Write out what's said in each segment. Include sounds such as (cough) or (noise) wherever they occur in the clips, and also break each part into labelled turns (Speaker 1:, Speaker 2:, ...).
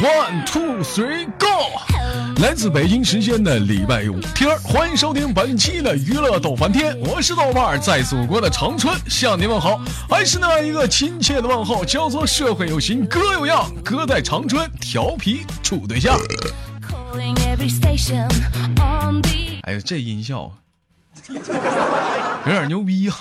Speaker 1: One two three go，来自北京时间的礼拜五天儿，欢迎收听本期的娱乐逗翻天，我是豆瓣儿，在祖国的长春向您问好，还是那一个亲切的问候，叫做社会有型哥有样，哥在长春调皮处对象。
Speaker 2: Calling every station on the
Speaker 1: 哎呀，这音效有点牛逼啊！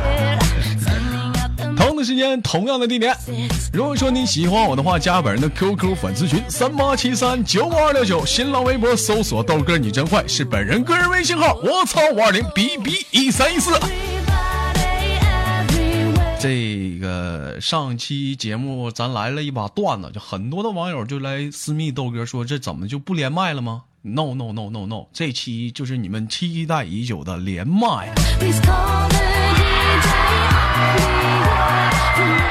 Speaker 1: (laughs)
Speaker 2: air. Turning up the
Speaker 1: 同样的时间，同样的地点。
Speaker 2: mix.
Speaker 1: 如果说你喜欢我的话，加本人的 QQ 粉丝群三八七三九五二六九，新浪微博搜索“豆哥你真坏”是本人个人微信号，我操五二零 b b 一三一四。
Speaker 2: Everybody, everywhere.
Speaker 1: 这个上期节目咱来了一把段子，就很多的网友就来私密豆哥说，这怎么就不连麦了吗？No No No No No，这期就是你们期待已久的连麦，
Speaker 2: Please call the DJ. Everywhere.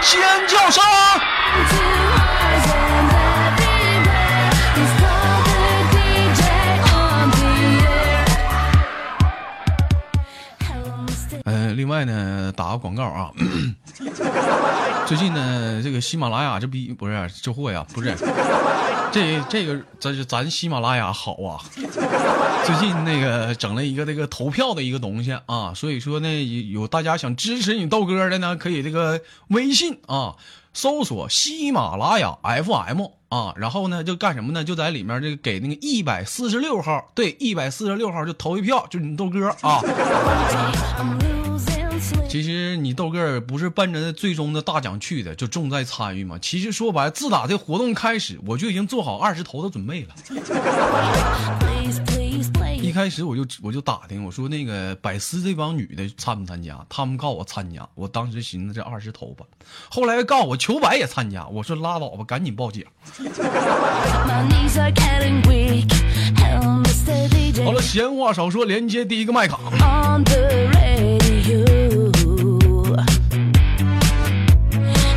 Speaker 1: 尖叫声！
Speaker 2: Into ours and everywhere. Please call the DJ on the air. Hello, Mr.
Speaker 1: 呃，另外呢，打个广告啊， (clears throat) 最近呢，这个喜马拉雅这逼不是啊这货呀，不是这这个咱是咱喜马拉雅好啊， (laughs) 最近那个整了一个这个投票的一个东西啊，所以说呢，有有大家想支持你豆哥的呢，可以这个微信啊，搜索喜马拉雅 FM 啊，然后呢就干什么呢？就在里面这个给那个一百四十六号，对，一百四十六号就投一票，就是你豆哥啊。
Speaker 2: I'm losing sleep.
Speaker 1: 其实你豆哥儿不是奔着最终的大奖去的，就重在参与嘛。其实说白了，自打这活动开始，我就已经做好二十头的准备了。
Speaker 2: Please, please,
Speaker 1: 一
Speaker 2: please.
Speaker 1: 开始我就我就打听，我说那个百思这帮女的参不参加？他们告我参加，我当时寻思这二十头吧，后来告我求百也参加，我说拉倒吧，赶紧报警。
Speaker 2: My knees are getting weak. Hello, Mr. DJ.
Speaker 1: 好了，闲话少说，连接第一个麦卡。
Speaker 2: on the radio.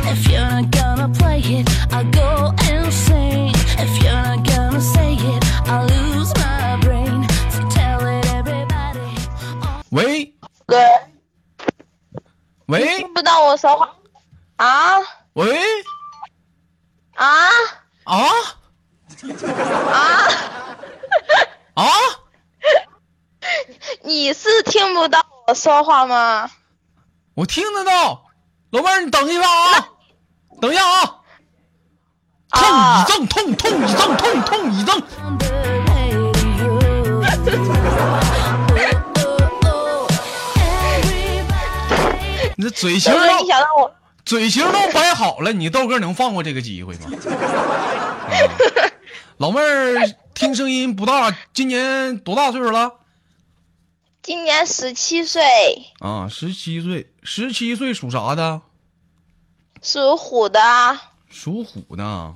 Speaker 2: If you're not gonna play it, I'll go insane. If you're not gonna say it, I'll lose my brain. So tell it everybody.
Speaker 1: 喂
Speaker 3: 哥，
Speaker 1: 喂
Speaker 3: 听不到我说话啊
Speaker 1: 喂
Speaker 3: 啊
Speaker 1: 啊
Speaker 3: 啊！
Speaker 1: 啊！
Speaker 3: 你是听不到我说话吗？
Speaker 1: 我听得到，老妹儿你等一下啊，等一下啊。痛一
Speaker 3: 啊，
Speaker 1: 正，痛痛一正，痛痛一正。
Speaker 2: On the radio. Oh, Ooh, ooh, ooh. oh, Everybody.
Speaker 1: 你这嘴型
Speaker 3: 豆哥，
Speaker 1: 都
Speaker 3: 你想让我
Speaker 1: 嘴型都摆好了，你豆哥能放过这个机会
Speaker 3: (laughs)
Speaker 1: 吗？啊老妹儿，听声音不大，今年多大岁数了？
Speaker 3: 今年十七岁，
Speaker 1: 啊，十七岁，十七岁属啥的？
Speaker 3: 属虎的，
Speaker 1: 属虎的啊。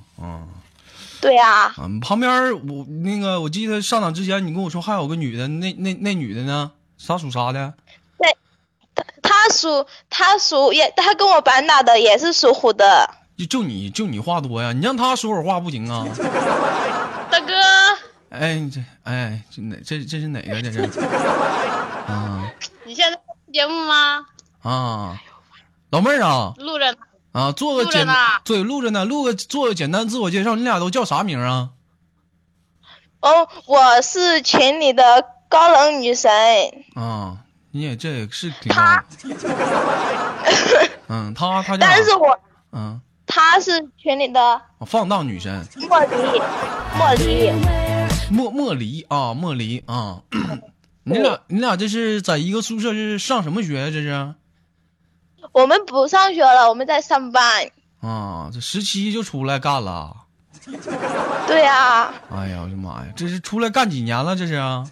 Speaker 3: 对啊，
Speaker 1: 啊，旁边儿我那个，我记得上场之前你跟我说还有个女的，那那那女的呢？啥属啥的？
Speaker 3: 他属他属也，他跟我板打的也是属虎的。
Speaker 1: 就就你就你话多呀，你让她说会儿话不行啊？
Speaker 3: 大哥，
Speaker 1: 哎，你这哎这哪这这是哪个这是？啊
Speaker 3: 你现在录节目吗？
Speaker 1: 啊，老妹儿啊
Speaker 3: 录着呢。
Speaker 1: 啊，做个
Speaker 3: 录着
Speaker 1: 简
Speaker 3: 呢
Speaker 1: 对录着呢，录个做个简单自我介绍，你俩都叫啥名啊？
Speaker 3: 哦，我是群里的高冷女神。
Speaker 1: 啊，你也这也是挺高，嗯，她她叫啥
Speaker 3: 但是我
Speaker 1: 嗯，
Speaker 3: 她是群里的
Speaker 1: 放荡女神
Speaker 3: 茉莉，茉莉，
Speaker 1: 莫莫离啊，莫离啊， (coughs) 你俩你俩这是在一个宿舍，这是上什么学呀？这是
Speaker 3: 我们不上学了，我们在上班。
Speaker 1: 啊，这十七就出来干了，
Speaker 3: 对啊，
Speaker 1: 哎呀，我的妈呀，这是出来干几年了？这是啊。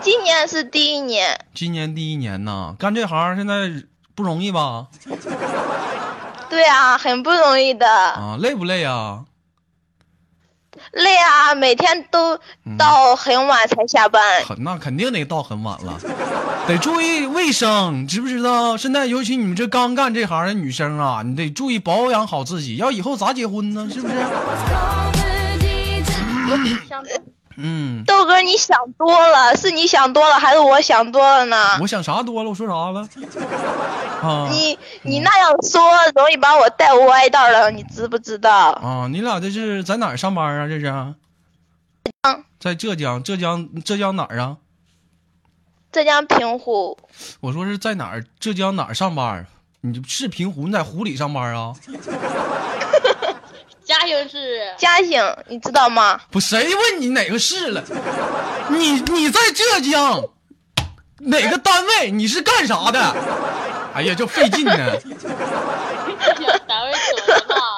Speaker 3: 今年是第一年，
Speaker 1: 今年第一年呐，干这行现在不容易吧？
Speaker 3: 对啊，很不容易的，
Speaker 1: 啊，累不累啊？
Speaker 3: 累啊，每天都到很晚才下班。
Speaker 1: 很那肯定得到很晚了，得注意卫生，知不知道？现在尤其你们这刚干这行的女生啊，你得注意保养好自己，要以后咋结婚呢？是不是？
Speaker 2: Call the DJ.
Speaker 1: 嗯，
Speaker 3: 豆哥，你想多了，是你想多了还是我想多了呢？
Speaker 1: 我想啥多了，我说啥了？啊
Speaker 3: 你你那样说容易把我带歪道了，你知不知道？
Speaker 1: 啊，你俩这是在哪儿上班啊？这是
Speaker 3: 江？
Speaker 1: 在浙江，浙江浙江哪儿啊？
Speaker 3: 浙江平湖，
Speaker 1: 我说是在哪儿？浙江哪儿上班？你是平湖？你在湖里上班啊？
Speaker 4: 嘉兴市，
Speaker 3: 嘉兴，你知道吗？
Speaker 1: 不，谁问你哪个市了？你你在浙江哪个单位？你是干啥的？哎呀，就费劲呢
Speaker 4: 单位主任啊，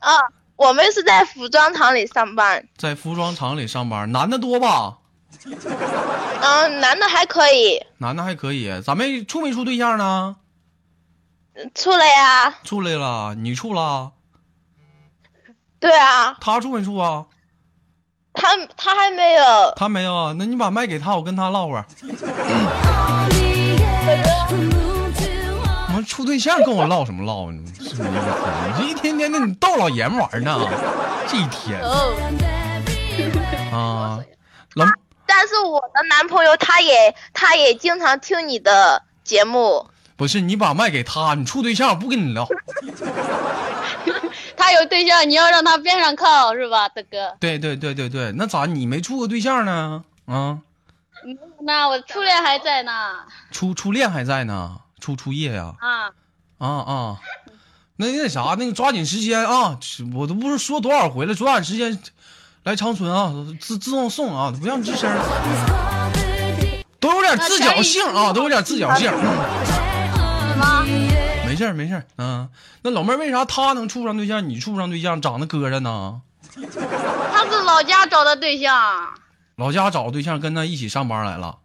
Speaker 1: 啊！
Speaker 3: 啊，我们是在服装厂里上班，
Speaker 1: 在服装厂里上班，男的多吧？
Speaker 3: 嗯，男的还可以，
Speaker 1: 男的还可以，咱们处没处对象呢？
Speaker 3: 处了呀，
Speaker 1: 处来了，你处了，
Speaker 3: 对啊，
Speaker 1: 他处没处啊？
Speaker 3: 他他还没有，
Speaker 1: 他没有啊？那你把麦给他，我跟他唠会儿。你们处对象跟我唠什么唠呢？是不是你这一天天的，你逗老爷们玩呢？这一天
Speaker 4: 哦，
Speaker 1: 啊，老
Speaker 3: 但是我的男朋友他也他也经常听你的节目，
Speaker 1: 不是你把麦给他，你处对象我不跟你唠。
Speaker 4: (laughs) 他有对象，你要让他边上靠是吧，大哥？
Speaker 1: 对对对对对，那咋你没处过对象呢？啊，
Speaker 4: 那我初恋还在呢，
Speaker 1: 初初恋还在呢，初初夜呀、
Speaker 4: 啊，
Speaker 1: 啊啊，那那啥，那个抓紧时间啊！我都不是说多少回了，抓紧时间来长春啊，自自动送啊，不让吱声儿，都有点自觉性啊，都有点自觉嗯性。没事儿没事儿，嗯、那老妹儿为啥她能处上对象，你处不上对象？长得磕碜呢？
Speaker 4: 他是老家找的对象，
Speaker 1: 老家找对象跟她一起上班来了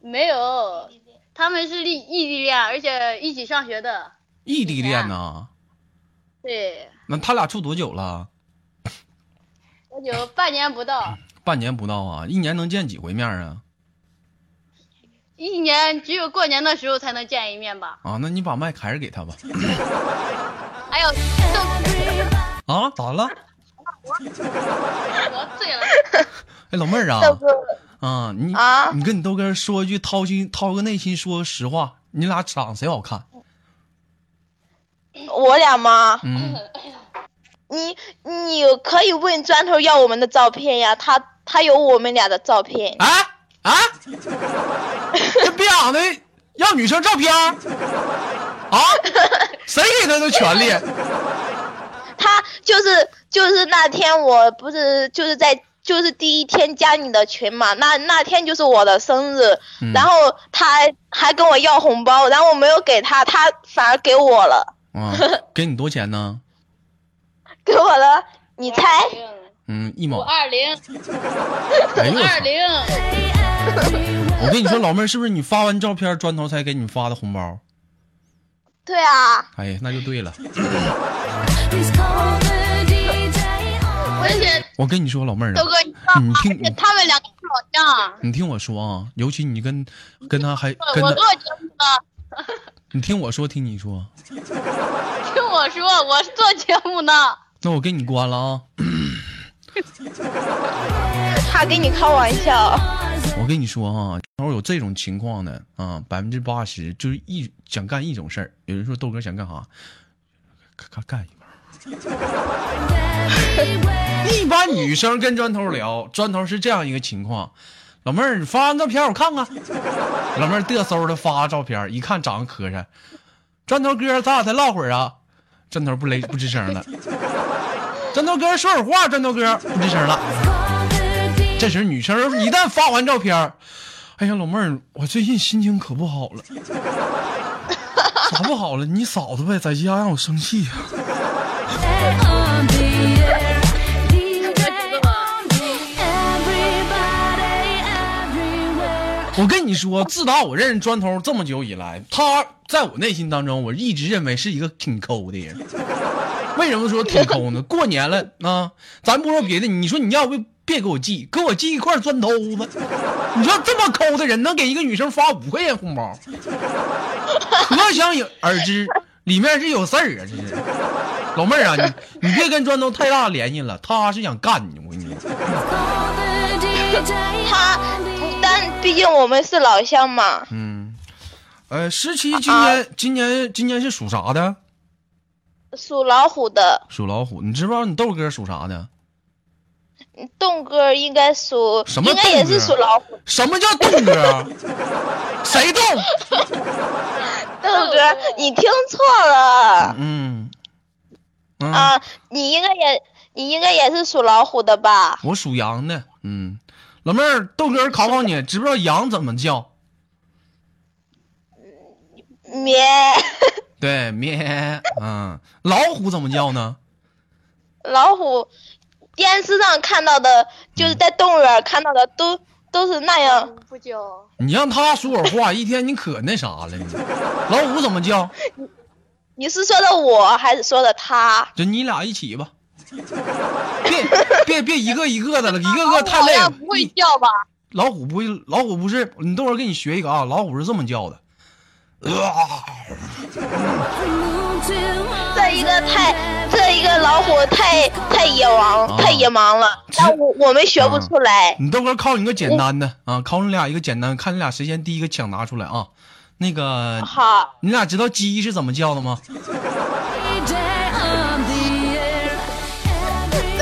Speaker 4: 没有，他们是异异地恋，而且一起上学的，
Speaker 1: 异地恋呢？
Speaker 4: 对，
Speaker 1: 那他俩处多久了？
Speaker 4: 我有半年不到，
Speaker 1: 半年不到啊，一年能见几回面啊？
Speaker 4: 一年只有过年的时候才能见一面吧？
Speaker 1: 啊，那你把麦还是给他吧。
Speaker 4: 哎呦，都
Speaker 1: 啊，咋了？
Speaker 4: 得罪了，
Speaker 1: 哎，老妹儿啊，
Speaker 3: 豆哥，
Speaker 1: 啊，你
Speaker 3: 啊
Speaker 1: 你跟你豆哥说一句掏心掏个内心说实话，你俩长谁好看？
Speaker 3: 我俩吗？
Speaker 1: 嗯，
Speaker 3: 你你可以问砖头要我们的照片呀，他他有我们俩的照片，
Speaker 1: 啊啊， (laughs) 这逼养的要女生照片儿啊？谁给他的权利？ (laughs)
Speaker 3: 他就是就是那天我不是就是在就是第一天加你的群嘛，那那天就是我的生日，
Speaker 1: 嗯
Speaker 3: 然后他还还跟我要红包，然后我没有给他，他反而给我了，
Speaker 1: 啊，给你多少钱呢？
Speaker 3: 给我了，你猜？
Speaker 1: 嗯，一
Speaker 4: 五
Speaker 1: 毛。
Speaker 4: 二零，
Speaker 1: 哎呦
Speaker 4: 五
Speaker 1: 我
Speaker 4: 二
Speaker 1: 操！
Speaker 4: 零，
Speaker 1: 我跟你说，老妹儿，是不是你发完照片，砖头才给你发的红包？
Speaker 3: 对啊，
Speaker 1: 哎呀，那就对了。
Speaker 4: 而且
Speaker 1: 我跟你说，老妹儿啊
Speaker 4: 豆，哥，你知道吗
Speaker 1: 你？听
Speaker 4: 而且他们两个是老乡，
Speaker 1: 你听我说啊，尤其你跟跟他还跟
Speaker 4: 我
Speaker 1: 他，
Speaker 4: 做节目呢，
Speaker 1: 你听我说，听你说。
Speaker 4: 听我说，我做节目呢，
Speaker 1: 那我给你关了啊。
Speaker 3: 他跟你开玩笑，
Speaker 1: 我跟你说啊，然后有这种情况的啊，百分之八十就是一想干一种事儿。有人说豆哥想干啥，干干干一半。 (laughs) 一般女生跟砖头聊，砖头是这样一个情况。老妹儿，你发完照片我看看。老妹儿嘚嗖的发照片，一看长得磕碜。砖头哥，咱俩再唠会儿啊。砖头不勒不吱声了。 (laughs) 砖头哥说会儿话，砖头哥不吱声了。这时女生一旦发完照片儿，哎呀，老妹儿，我最近心情可不好了， (laughs) 咋不好了？你嫂子呗，在家让我生气呀、我跟你说，自打我认识砖头这么久以来，他在我内心当中，我一直认为是一个挺抠的人。为什么说挺抠呢？过年了啊，咱不说别的，你说你要不别给我寄，给我寄一块砖头子。你说这么抠的人，能给一个女生发五块钱红包，可想而知里面是有事儿啊！这是老妹儿啊，你你别跟砖头太大联系了，他是想干你，我跟你说。
Speaker 2: Calling
Speaker 3: 就是他，但毕竟我们是老乡嘛。
Speaker 1: 嗯，呃，十七今年、今年今年是属啥的？
Speaker 3: 属老虎的
Speaker 1: 属老虎。你知不知道你豆哥属啥的？
Speaker 3: 栋哥应该属，
Speaker 1: 什么
Speaker 3: 应该也
Speaker 1: 栋哥啊
Speaker 3: 是属老虎。
Speaker 1: 什么叫动哥
Speaker 4: (laughs)
Speaker 1: 啊？谁动？
Speaker 3: 豆哥，你听错
Speaker 4: 啊
Speaker 3: 了、
Speaker 1: 嗯，嗯，
Speaker 3: 啊！你应该也，你应该也是属老虎的吧？
Speaker 1: 我属羊的。嗯，老妹儿，豆哥考考你，知不知道羊怎么叫？
Speaker 3: 咩， (laughs)
Speaker 1: 对，咩。嗯，老虎怎么叫呢？
Speaker 3: 老虎，电视上看到的，就是
Speaker 1: 嗯
Speaker 3: 在动物园看到的，都都是那样。
Speaker 4: 不久，
Speaker 1: 你让他说会儿
Speaker 4: (laughs)
Speaker 1: 话，一天你可那啥了你。老虎怎么叫？
Speaker 3: 你是说的我还是说的他？
Speaker 1: 就你俩一起吧。别别别一个一个的了，一个个太累了。
Speaker 4: 不会叫吧？
Speaker 1: 老虎不会，老虎不是，你等会儿给你学一个啊。老虎是这么叫的，啊，
Speaker 3: 这一个太，这一个老虎太太野王，
Speaker 1: 啊
Speaker 3: 太野蛮了，但我我们学不出来。
Speaker 1: 你豆哥考你个简单的啊，考你俩一个简单，看你俩谁先第一个抢答出来啊。那个，
Speaker 3: 好，
Speaker 1: 你俩知道鸡是怎么叫的吗？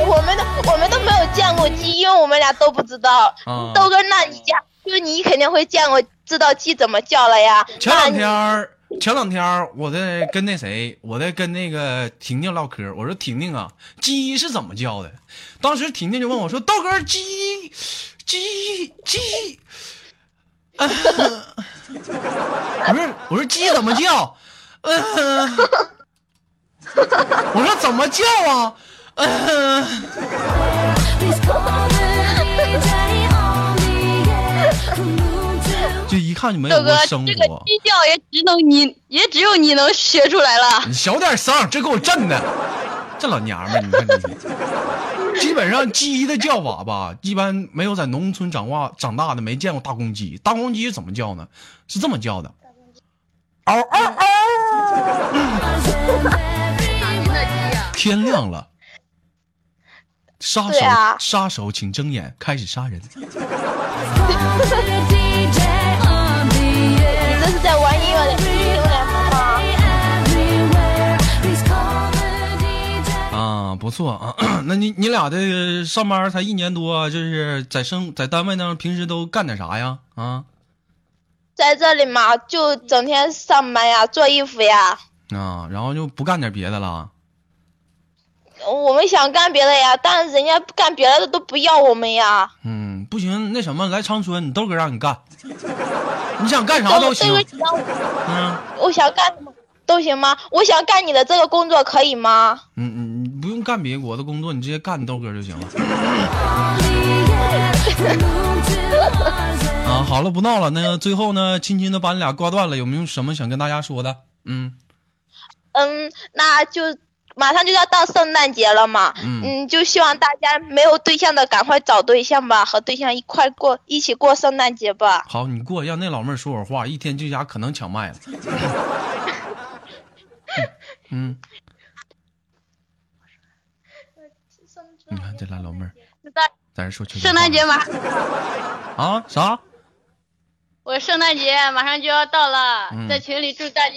Speaker 3: 我们都我们都没有见过鸡，因为我们俩都不知道。
Speaker 1: 啊
Speaker 3: 豆哥，那你家就你肯定会见过，知道鸡怎么叫了呀？
Speaker 4: 哎
Speaker 1: 前
Speaker 3: 那
Speaker 1: 两
Speaker 3: 你
Speaker 1: 天儿，前两天儿我在跟那谁，我在跟那个婷婷唠嗑，我说婷婷啊，鸡是怎么叫的？当时婷婷就问我说，豆哥鸡鸡鸡，啊、不是， (laughs) 我说鸡怎么叫？嗯、我说怎么叫啊？嗯、就一看就没有
Speaker 4: 豆
Speaker 1: 过
Speaker 4: 哥，
Speaker 1: 生
Speaker 4: 这个
Speaker 1: 活。
Speaker 4: 鸡叫也只能你，也只有你能学出来了。
Speaker 1: 你小点声，这给我震的！这老娘们儿，你看你，基本上鸡的叫法吧，一般没有在农村长大长大的没见过大公鸡。大公鸡是怎么叫呢？是这么叫的，嗷嗷嗷！天亮了，杀手、
Speaker 3: 对啊
Speaker 1: 杀手，请睁眼，开始杀人。
Speaker 3: 你这是在玩音乐的音乐吗？
Speaker 1: 啊，不错啊。 (clears throat) 那你你俩的上班才一年多，啊就是在生在单位呢，平时都干点啥呀？啊
Speaker 3: 在这里嘛，就整天上班呀，做衣服呀。
Speaker 1: 啊，然后就不干点别的了。
Speaker 3: 我们想干别的呀，但是人家干别的都不要我们呀。
Speaker 1: 嗯，不行，那什么，来长春，你豆哥让你干，你想干啥都
Speaker 3: 豆哥，
Speaker 1: 行
Speaker 3: 这。个你让我
Speaker 1: 嗯
Speaker 3: 我想干都行吗？我想干你的这个工作可以吗？
Speaker 1: 嗯嗯，你不用干别国的工作，你直接干你豆哥就行了。啊，好了，不闹了。那个最后呢，轻轻的把你俩挂断了，有没有什么想跟大家说的？嗯
Speaker 3: 嗯，那就马上就要到圣诞节了嘛。
Speaker 1: 嗯
Speaker 3: 就希望大家没有对象的赶快找对象吧，和对象一块过，一起过圣诞节吧。
Speaker 1: 好，你过，让那老妹儿说会儿话，一天这家可能抢麦了。嗯，你看这俩老妹儿在这说悄悄
Speaker 4: 圣诞节
Speaker 1: 话
Speaker 4: 马，
Speaker 1: 啊啥？
Speaker 4: 我圣诞节马上就要到了，
Speaker 1: 嗯
Speaker 4: 在群里祝大家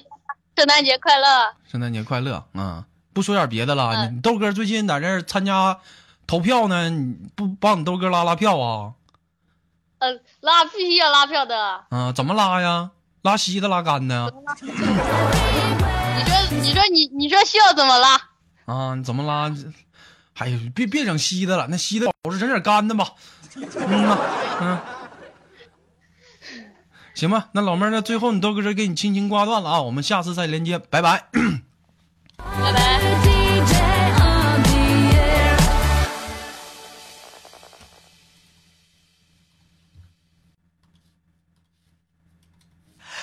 Speaker 4: 圣诞节快乐。
Speaker 1: 圣诞节快乐啊、嗯不说点别的了，你豆哥最近在这儿参加投票呢，你不帮你豆哥拉拉票啊？
Speaker 4: 呃，拉必须要拉票的。
Speaker 1: 啊、怎么拉呀？拉稀的拉干的啊
Speaker 4: 你说，你说你，你说需要怎么拉？
Speaker 1: 啊？你怎么拉？哎呀，别别整稀的了，那稀的我是整点干的吧。嗯呐，嗯。行吧，那老妹儿，那最后你豆哥这给你轻轻挂断了啊，我们下次再连接，拜拜。
Speaker 4: 拜拜。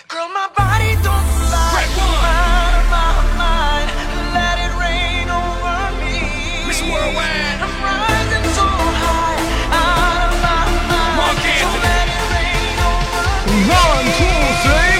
Speaker 5: Girl, my body don't lie. Out of my mind. Let it rain over me. Miss Worldwide. I'm rising so high. Out of my mind. So let it rain over me.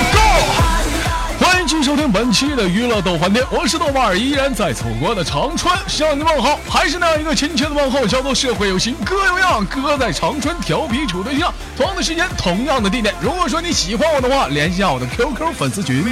Speaker 1: 欢迎继续收听本本期的娱乐豆翻天，我是豆瓣儿，依然在祖国的长春向你问好，还是那样一个亲切的问候，叫做社会有型哥有样，哥在长春调皮处对象。同样的时间，同样的地点，如果说你喜欢我的话，联系一下我的 QQ 粉丝群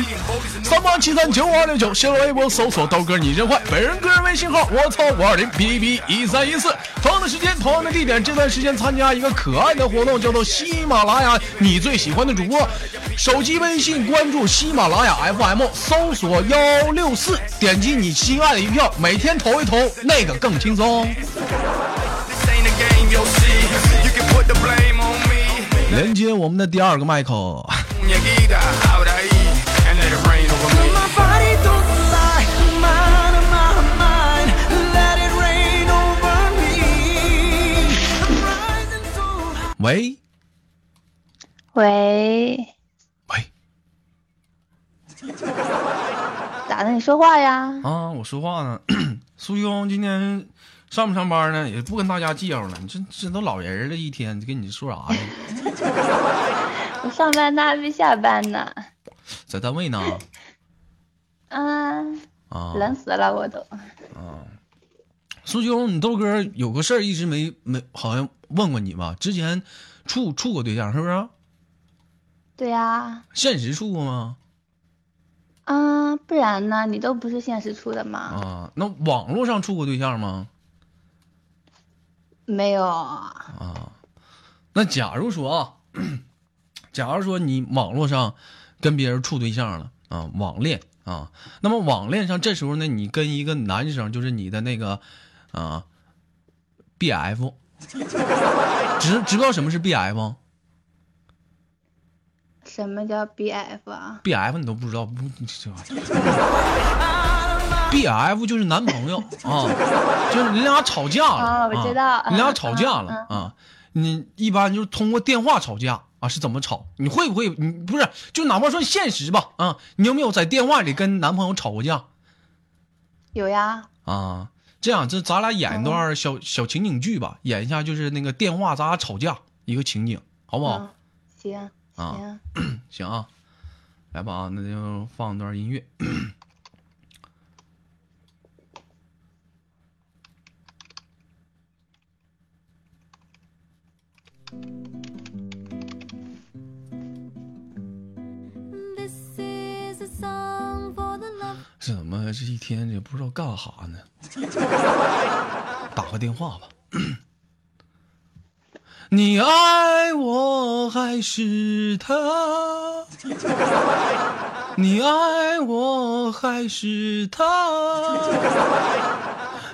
Speaker 1: 三八七三九五二六九，新浪微博搜索豆哥你真坏，本人个人微信号我操五二零 B B 一三一四。同样的时间，同样的地点，这段时间参加一个可爱的活动，叫做喜马拉雅你最喜欢的主播，手机微信关注喜马拉雅 FM，搜索幺六四，点击你心爱的一票，每天投一投，那个更轻松。
Speaker 5: This ain't a game, you'll see. You can put the blame on me.
Speaker 1: 连接我们的第二个麦克。
Speaker 5: Punya ida, out I eat, and let it rain over me. My body don't lie, mine, mine, mine. Let it rain over me. I'm rising so high.
Speaker 1: 喂
Speaker 3: 喂，
Speaker 1: 喂
Speaker 3: (laughs) 咋的？你说话呀？
Speaker 1: 啊，我说话呢。 (clears throat) 苏兄今天上不上班呢？也不跟大家介绍了，你这这都老人了，一天跟你说啥呀？
Speaker 3: 我上班呢，还没下班呢。
Speaker 1: 在单位呢
Speaker 3: 嗯、
Speaker 1: 啊。
Speaker 3: 冷死了我都。
Speaker 1: 苏兄，你豆哥有个事儿一直没没好像问过你吧？之前处处过对象是不是？
Speaker 3: 对呀、
Speaker 1: 现实处过吗？
Speaker 3: 啊，不然呢？你都不是现实出的吗？
Speaker 1: 啊，那网络上处过对象吗？
Speaker 3: 没有啊，
Speaker 1: 那假如说啊， (clears throat) 假如说你网络上跟别人处对象了啊，网恋啊，那么网恋上这时候呢，你跟一个男生，就是你的那个啊，BF，知知道什么是 BF 吗
Speaker 3: 什么叫 BF 啊？
Speaker 1: ？BF 你都不知 (laughs) 道，不你这玩意儿 BF 就是男朋友啊，就是你俩吵架了，
Speaker 3: 啊我知道
Speaker 1: 啊你俩
Speaker 3: 嗯
Speaker 1: 吵架了、啊，你一般就是通过电话吵架啊，是怎么吵？你会不会？你不是就哪怕说现实吧啊，你有没有在电话里跟男朋友吵过架
Speaker 3: 有呀，
Speaker 1: 啊？这样，这咱俩演一段小、小情景剧吧，演一下就是那个电话咱俩吵架一个情景，好不好？
Speaker 3: 嗯，行
Speaker 1: 啊
Speaker 3: 行，
Speaker 1: (clears throat) 行啊，来吧啊，那就放段音乐。
Speaker 2: This is a song for the love.
Speaker 1: 这怎么这一天也不知道干哈呢？ (laughs) 打个电话吧。 (clears throat) 你爱我还是他？ (laughs) 你爱我还是他？ (laughs)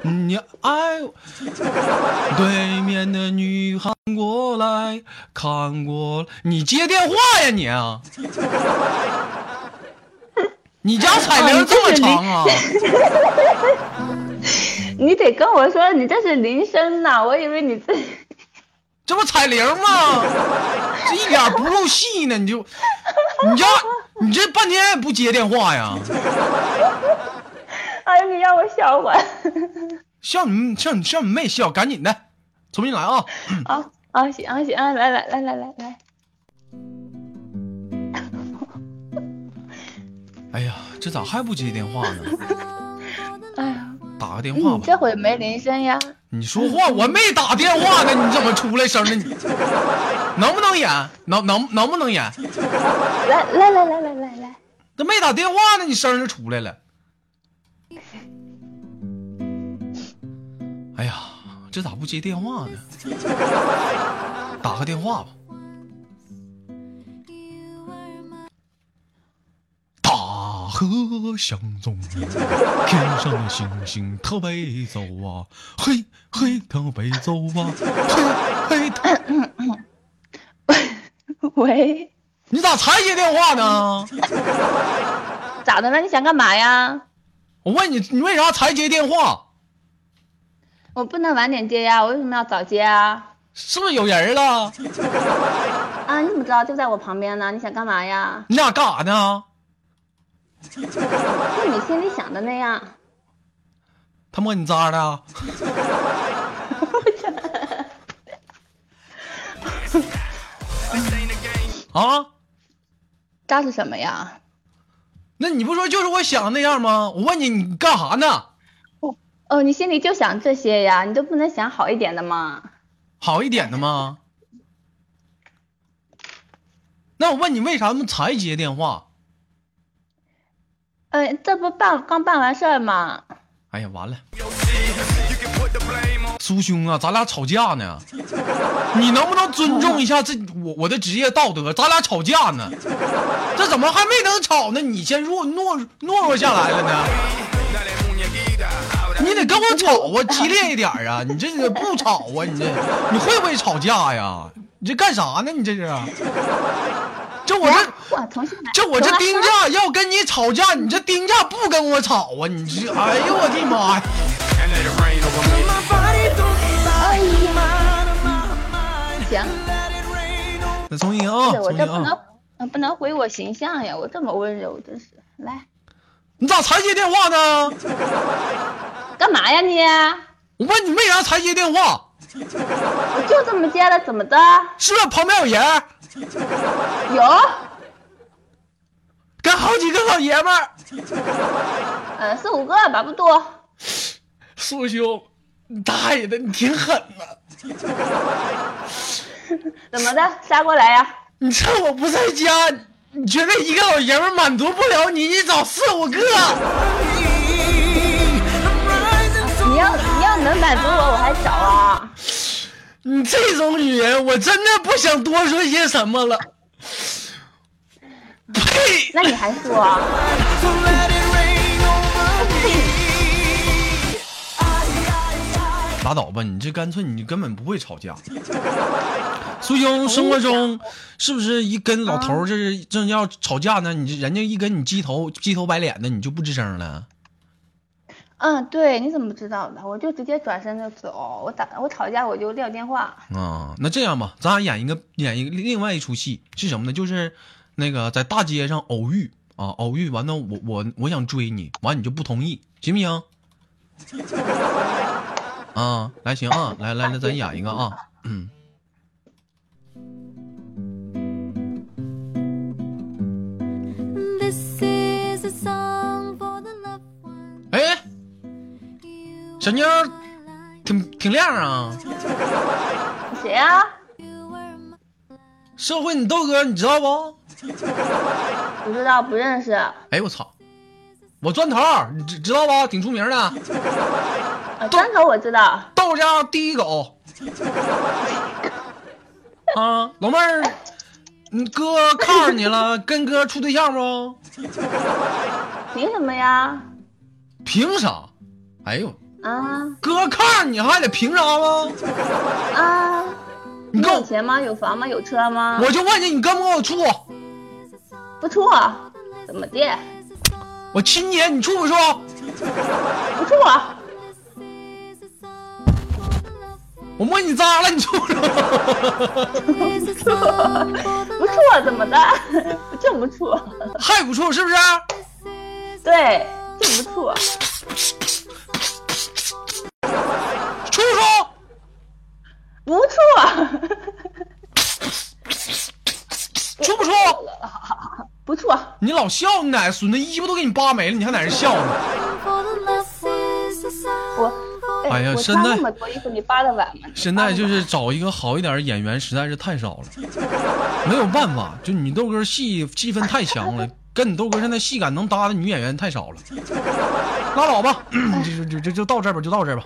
Speaker 1: 你爱我。 (laughs) 对面的女喊过来，看过来，你接电话呀你啊！你家彩铃这么长啊？
Speaker 3: 你得跟我说你这是铃声呐，我以为你这
Speaker 1: 这不彩铃吗？这一点不入戏呢，你 (laughs) 就，你家，你这半天也不接电话呀？
Speaker 3: (laughs) 哎，你让我笑会儿。
Speaker 1: 笑你笑你笑你妹笑，赶紧的，重新来啊！
Speaker 3: 啊啊行啊行啊，来来来来来来，
Speaker 1: 哎呀，这咋还不接电话呢？ (laughs)
Speaker 3: 哎呀，
Speaker 1: 打个电话
Speaker 3: 你
Speaker 1: 吧。
Speaker 3: 这会没铃声呀？
Speaker 1: 你说话我没打电话呢，你怎么出来声呢？你能不能演？能能能不能演？
Speaker 3: 来来来来来来来，
Speaker 1: 这没打电话呢，你声就出来了。哎呀，这咋不接电话呢？打个电话吧，
Speaker 2: You were my
Speaker 1: 大河向东流，天上的星星特北走啊，嘿嘿特北走啊，嘿嘿特。
Speaker 3: 喂，
Speaker 1: 你咋才接电话呢？
Speaker 3: 咋的了？你想干嘛呀？
Speaker 1: 我问你，你为啥才接电话？
Speaker 3: 我不能晚点接呀，我为什么要早接啊？
Speaker 1: 是不是有人了？
Speaker 3: 啊，你怎么知道就在我旁边呢？你想干嘛呀？
Speaker 1: 你俩干啥呢？
Speaker 3: 就你心里想的那样。
Speaker 1: 他摸你渣的啊？
Speaker 5: This ain't a game.
Speaker 1: 啊
Speaker 3: 渣是什么呀？
Speaker 1: 那你不说就是我想那样吗？我问你，你干啥呢？
Speaker 6: 哦，你心里就想这些呀，你就不能想好一点的吗？
Speaker 1: 好一点的吗？那我问你，为啥才接电话？
Speaker 6: 呃，这不办刚办完事儿吗？
Speaker 1: 哎呀，完了！苏兄啊，咱俩吵架呢，你能不能尊重一下这我我的职业道德？咱俩吵架呢，这怎么还没能吵呢？你先弱懦懦弱下来了呢？你得跟我吵啊，激烈一点啊！你这个不吵啊，你这你会不会吵架呀？你这干啥呢？你这是？这我这。
Speaker 6: 哇，重新来。
Speaker 1: 这我这
Speaker 6: 重来
Speaker 1: 丁架要跟你吵架，你这丁架不跟我吵啊！你这，哎呦我的妈呀！
Speaker 5: My body don't lie. Mind of my mind.
Speaker 6: 行，
Speaker 5: Let it rain on
Speaker 1: 再重新啊，
Speaker 6: 对我
Speaker 1: 重
Speaker 6: 这
Speaker 1: 新
Speaker 6: 不能
Speaker 1: 啊！、
Speaker 6: 呃不能毁我形象呀，我这么温柔，真是。来，
Speaker 1: 你咋才接电话呢？
Speaker 6: 干嘛呀你？
Speaker 1: 我问你为啥才接电话？
Speaker 6: 我就这么接了，怎么的？
Speaker 1: 是不是旁边有人儿？
Speaker 6: 有，
Speaker 1: 跟好几个老爷们儿？
Speaker 6: 呃，四五个吧，不多。
Speaker 1: 苏兄，你大爷的，你挺狠呐、
Speaker 6: 怎么的？杀过来呀？
Speaker 1: 你趁我不在家，你觉得一个老爷们儿满足不了你，你找四五个？
Speaker 5: me. I'm rising so
Speaker 6: 你要你要能满足我，我还找啊。
Speaker 1: 你这种女人，我真的不想多说些什么了。呸！
Speaker 6: 那你还说啊？
Speaker 5: high. Let it rain over me.
Speaker 1: 拉倒吧，你这干脆你根本不会吵架。苏兄，生活中是不是一跟老头儿这是正要吵架呢？你这人家一跟你鸡头鸡头白脸的，你就不吱声了？
Speaker 6: 嗯，对，你怎么知道的？我就直接转身就走，我打我吵架我就撂电话。
Speaker 1: 啊、那这样吧，咱俩演一个演一个另外一出戏是什么呢？就是那个在大街上偶遇啊，偶遇完了我我我想追你，完你就不同意，行不行？啊，来行啊，来来来，咱演一个啊，嗯。
Speaker 2: This is a song for the loved one.
Speaker 1: 哎，
Speaker 2: You
Speaker 1: 小妞儿
Speaker 2: are my
Speaker 1: 挺挺亮啊。
Speaker 6: 谁啊？
Speaker 2: light. You were my
Speaker 1: 社会，你豆哥你知道不？
Speaker 6: 不知道，不认识。
Speaker 1: 哎我操，我砖头儿，你知知道吧？挺出名的，
Speaker 6: 呃，砖头我知道，
Speaker 1: 豆家第一狗。啊，老妹儿，你哥看上你了，跟哥处对象不？
Speaker 6: 凭什么呀？
Speaker 1: 凭啥？哎呦，
Speaker 6: 啊
Speaker 1: 哥看上你还得凭啥吗？
Speaker 6: 啊！
Speaker 1: 你
Speaker 6: 你
Speaker 1: 跟
Speaker 6: 有
Speaker 1: 我，
Speaker 6: 钱吗？有房吗？有车吗？
Speaker 1: 我就问你，你跟不跟我处？
Speaker 6: 不处，怎么的？
Speaker 1: 我亲姐，你处不处？
Speaker 6: 不处，
Speaker 2: This is a song for the loved one.
Speaker 1: 我摸你渣了，你处不处？
Speaker 2: This is a song for the
Speaker 6: (laughs) 不处，怎么的？ (laughs) 就不处， (laughs)
Speaker 1: 还不处是不是？
Speaker 6: 对，就不处。
Speaker 1: 处不处？
Speaker 6: 不处，
Speaker 1: 处不处？
Speaker 6: 不处，
Speaker 1: 你老笑你奶孙子，衣服都给你扒没了，你还在这笑呢？
Speaker 2: for the loved one. This is a song
Speaker 6: 我，
Speaker 1: 哎呀
Speaker 6: 我
Speaker 1: 现
Speaker 6: 穿
Speaker 1: 在
Speaker 6: 那么多衣服，你扒得完吗？
Speaker 1: 现在就是找一个好一点的演员实在是太少了，没有办法，就你豆哥戏戏份太强
Speaker 6: (laughs)
Speaker 1: 了，跟你豆哥现在戏感能搭的女演员太少了，拉倒 (coughs) 吧，就就就就到这儿吧，就到这儿吧。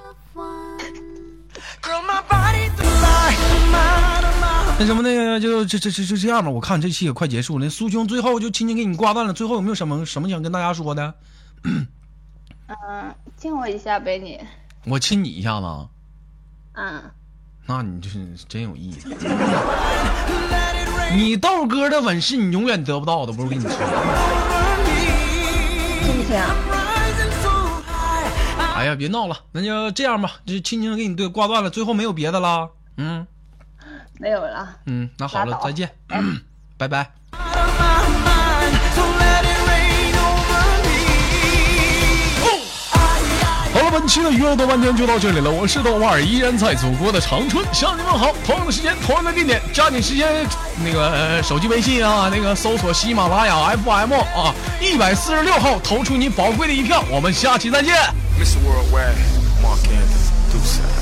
Speaker 5: Girl, my body don't lie. Mind of my
Speaker 1: 那什么，那个就这这这就这样吧，我看这期也快结束了。苏兄最后就轻轻给你挂断了，最后有没有什么什么想跟大家说的？
Speaker 6: 嗯，亲我一下呗你，
Speaker 1: 我亲你一下子，啊
Speaker 6: 嗯，
Speaker 1: 那你就是真有意思。你豆哥的吻是你永远得不到的，不是我跟你说。
Speaker 6: 亲不亲啊？
Speaker 5: rising so high.
Speaker 1: 哎呀，别闹了，那就这样吧，就轻轻地给你对挂断了，最后没有别的啦。嗯
Speaker 6: 没有了。
Speaker 1: 嗯，那好
Speaker 6: 拉
Speaker 1: 了，
Speaker 6: 倒嗯
Speaker 1: 再见， (clears throat) 拜拜。
Speaker 5: Out of my mind. So let it rain over me.
Speaker 1: 好了，本期的娱乐豆瓣天就到这里了，我是豆瓣儿，依然在祖国的长春向你们好。同样的时间，同样的地点，抓紧时间那个、呃手机微信啊，那个搜索喜马拉雅 FM 啊，一百四十六号投出你宝贵的一票。我们下期再见。
Speaker 7: Mr. Worldwide, Mark Anthony, Deuce.
Speaker 5: oh,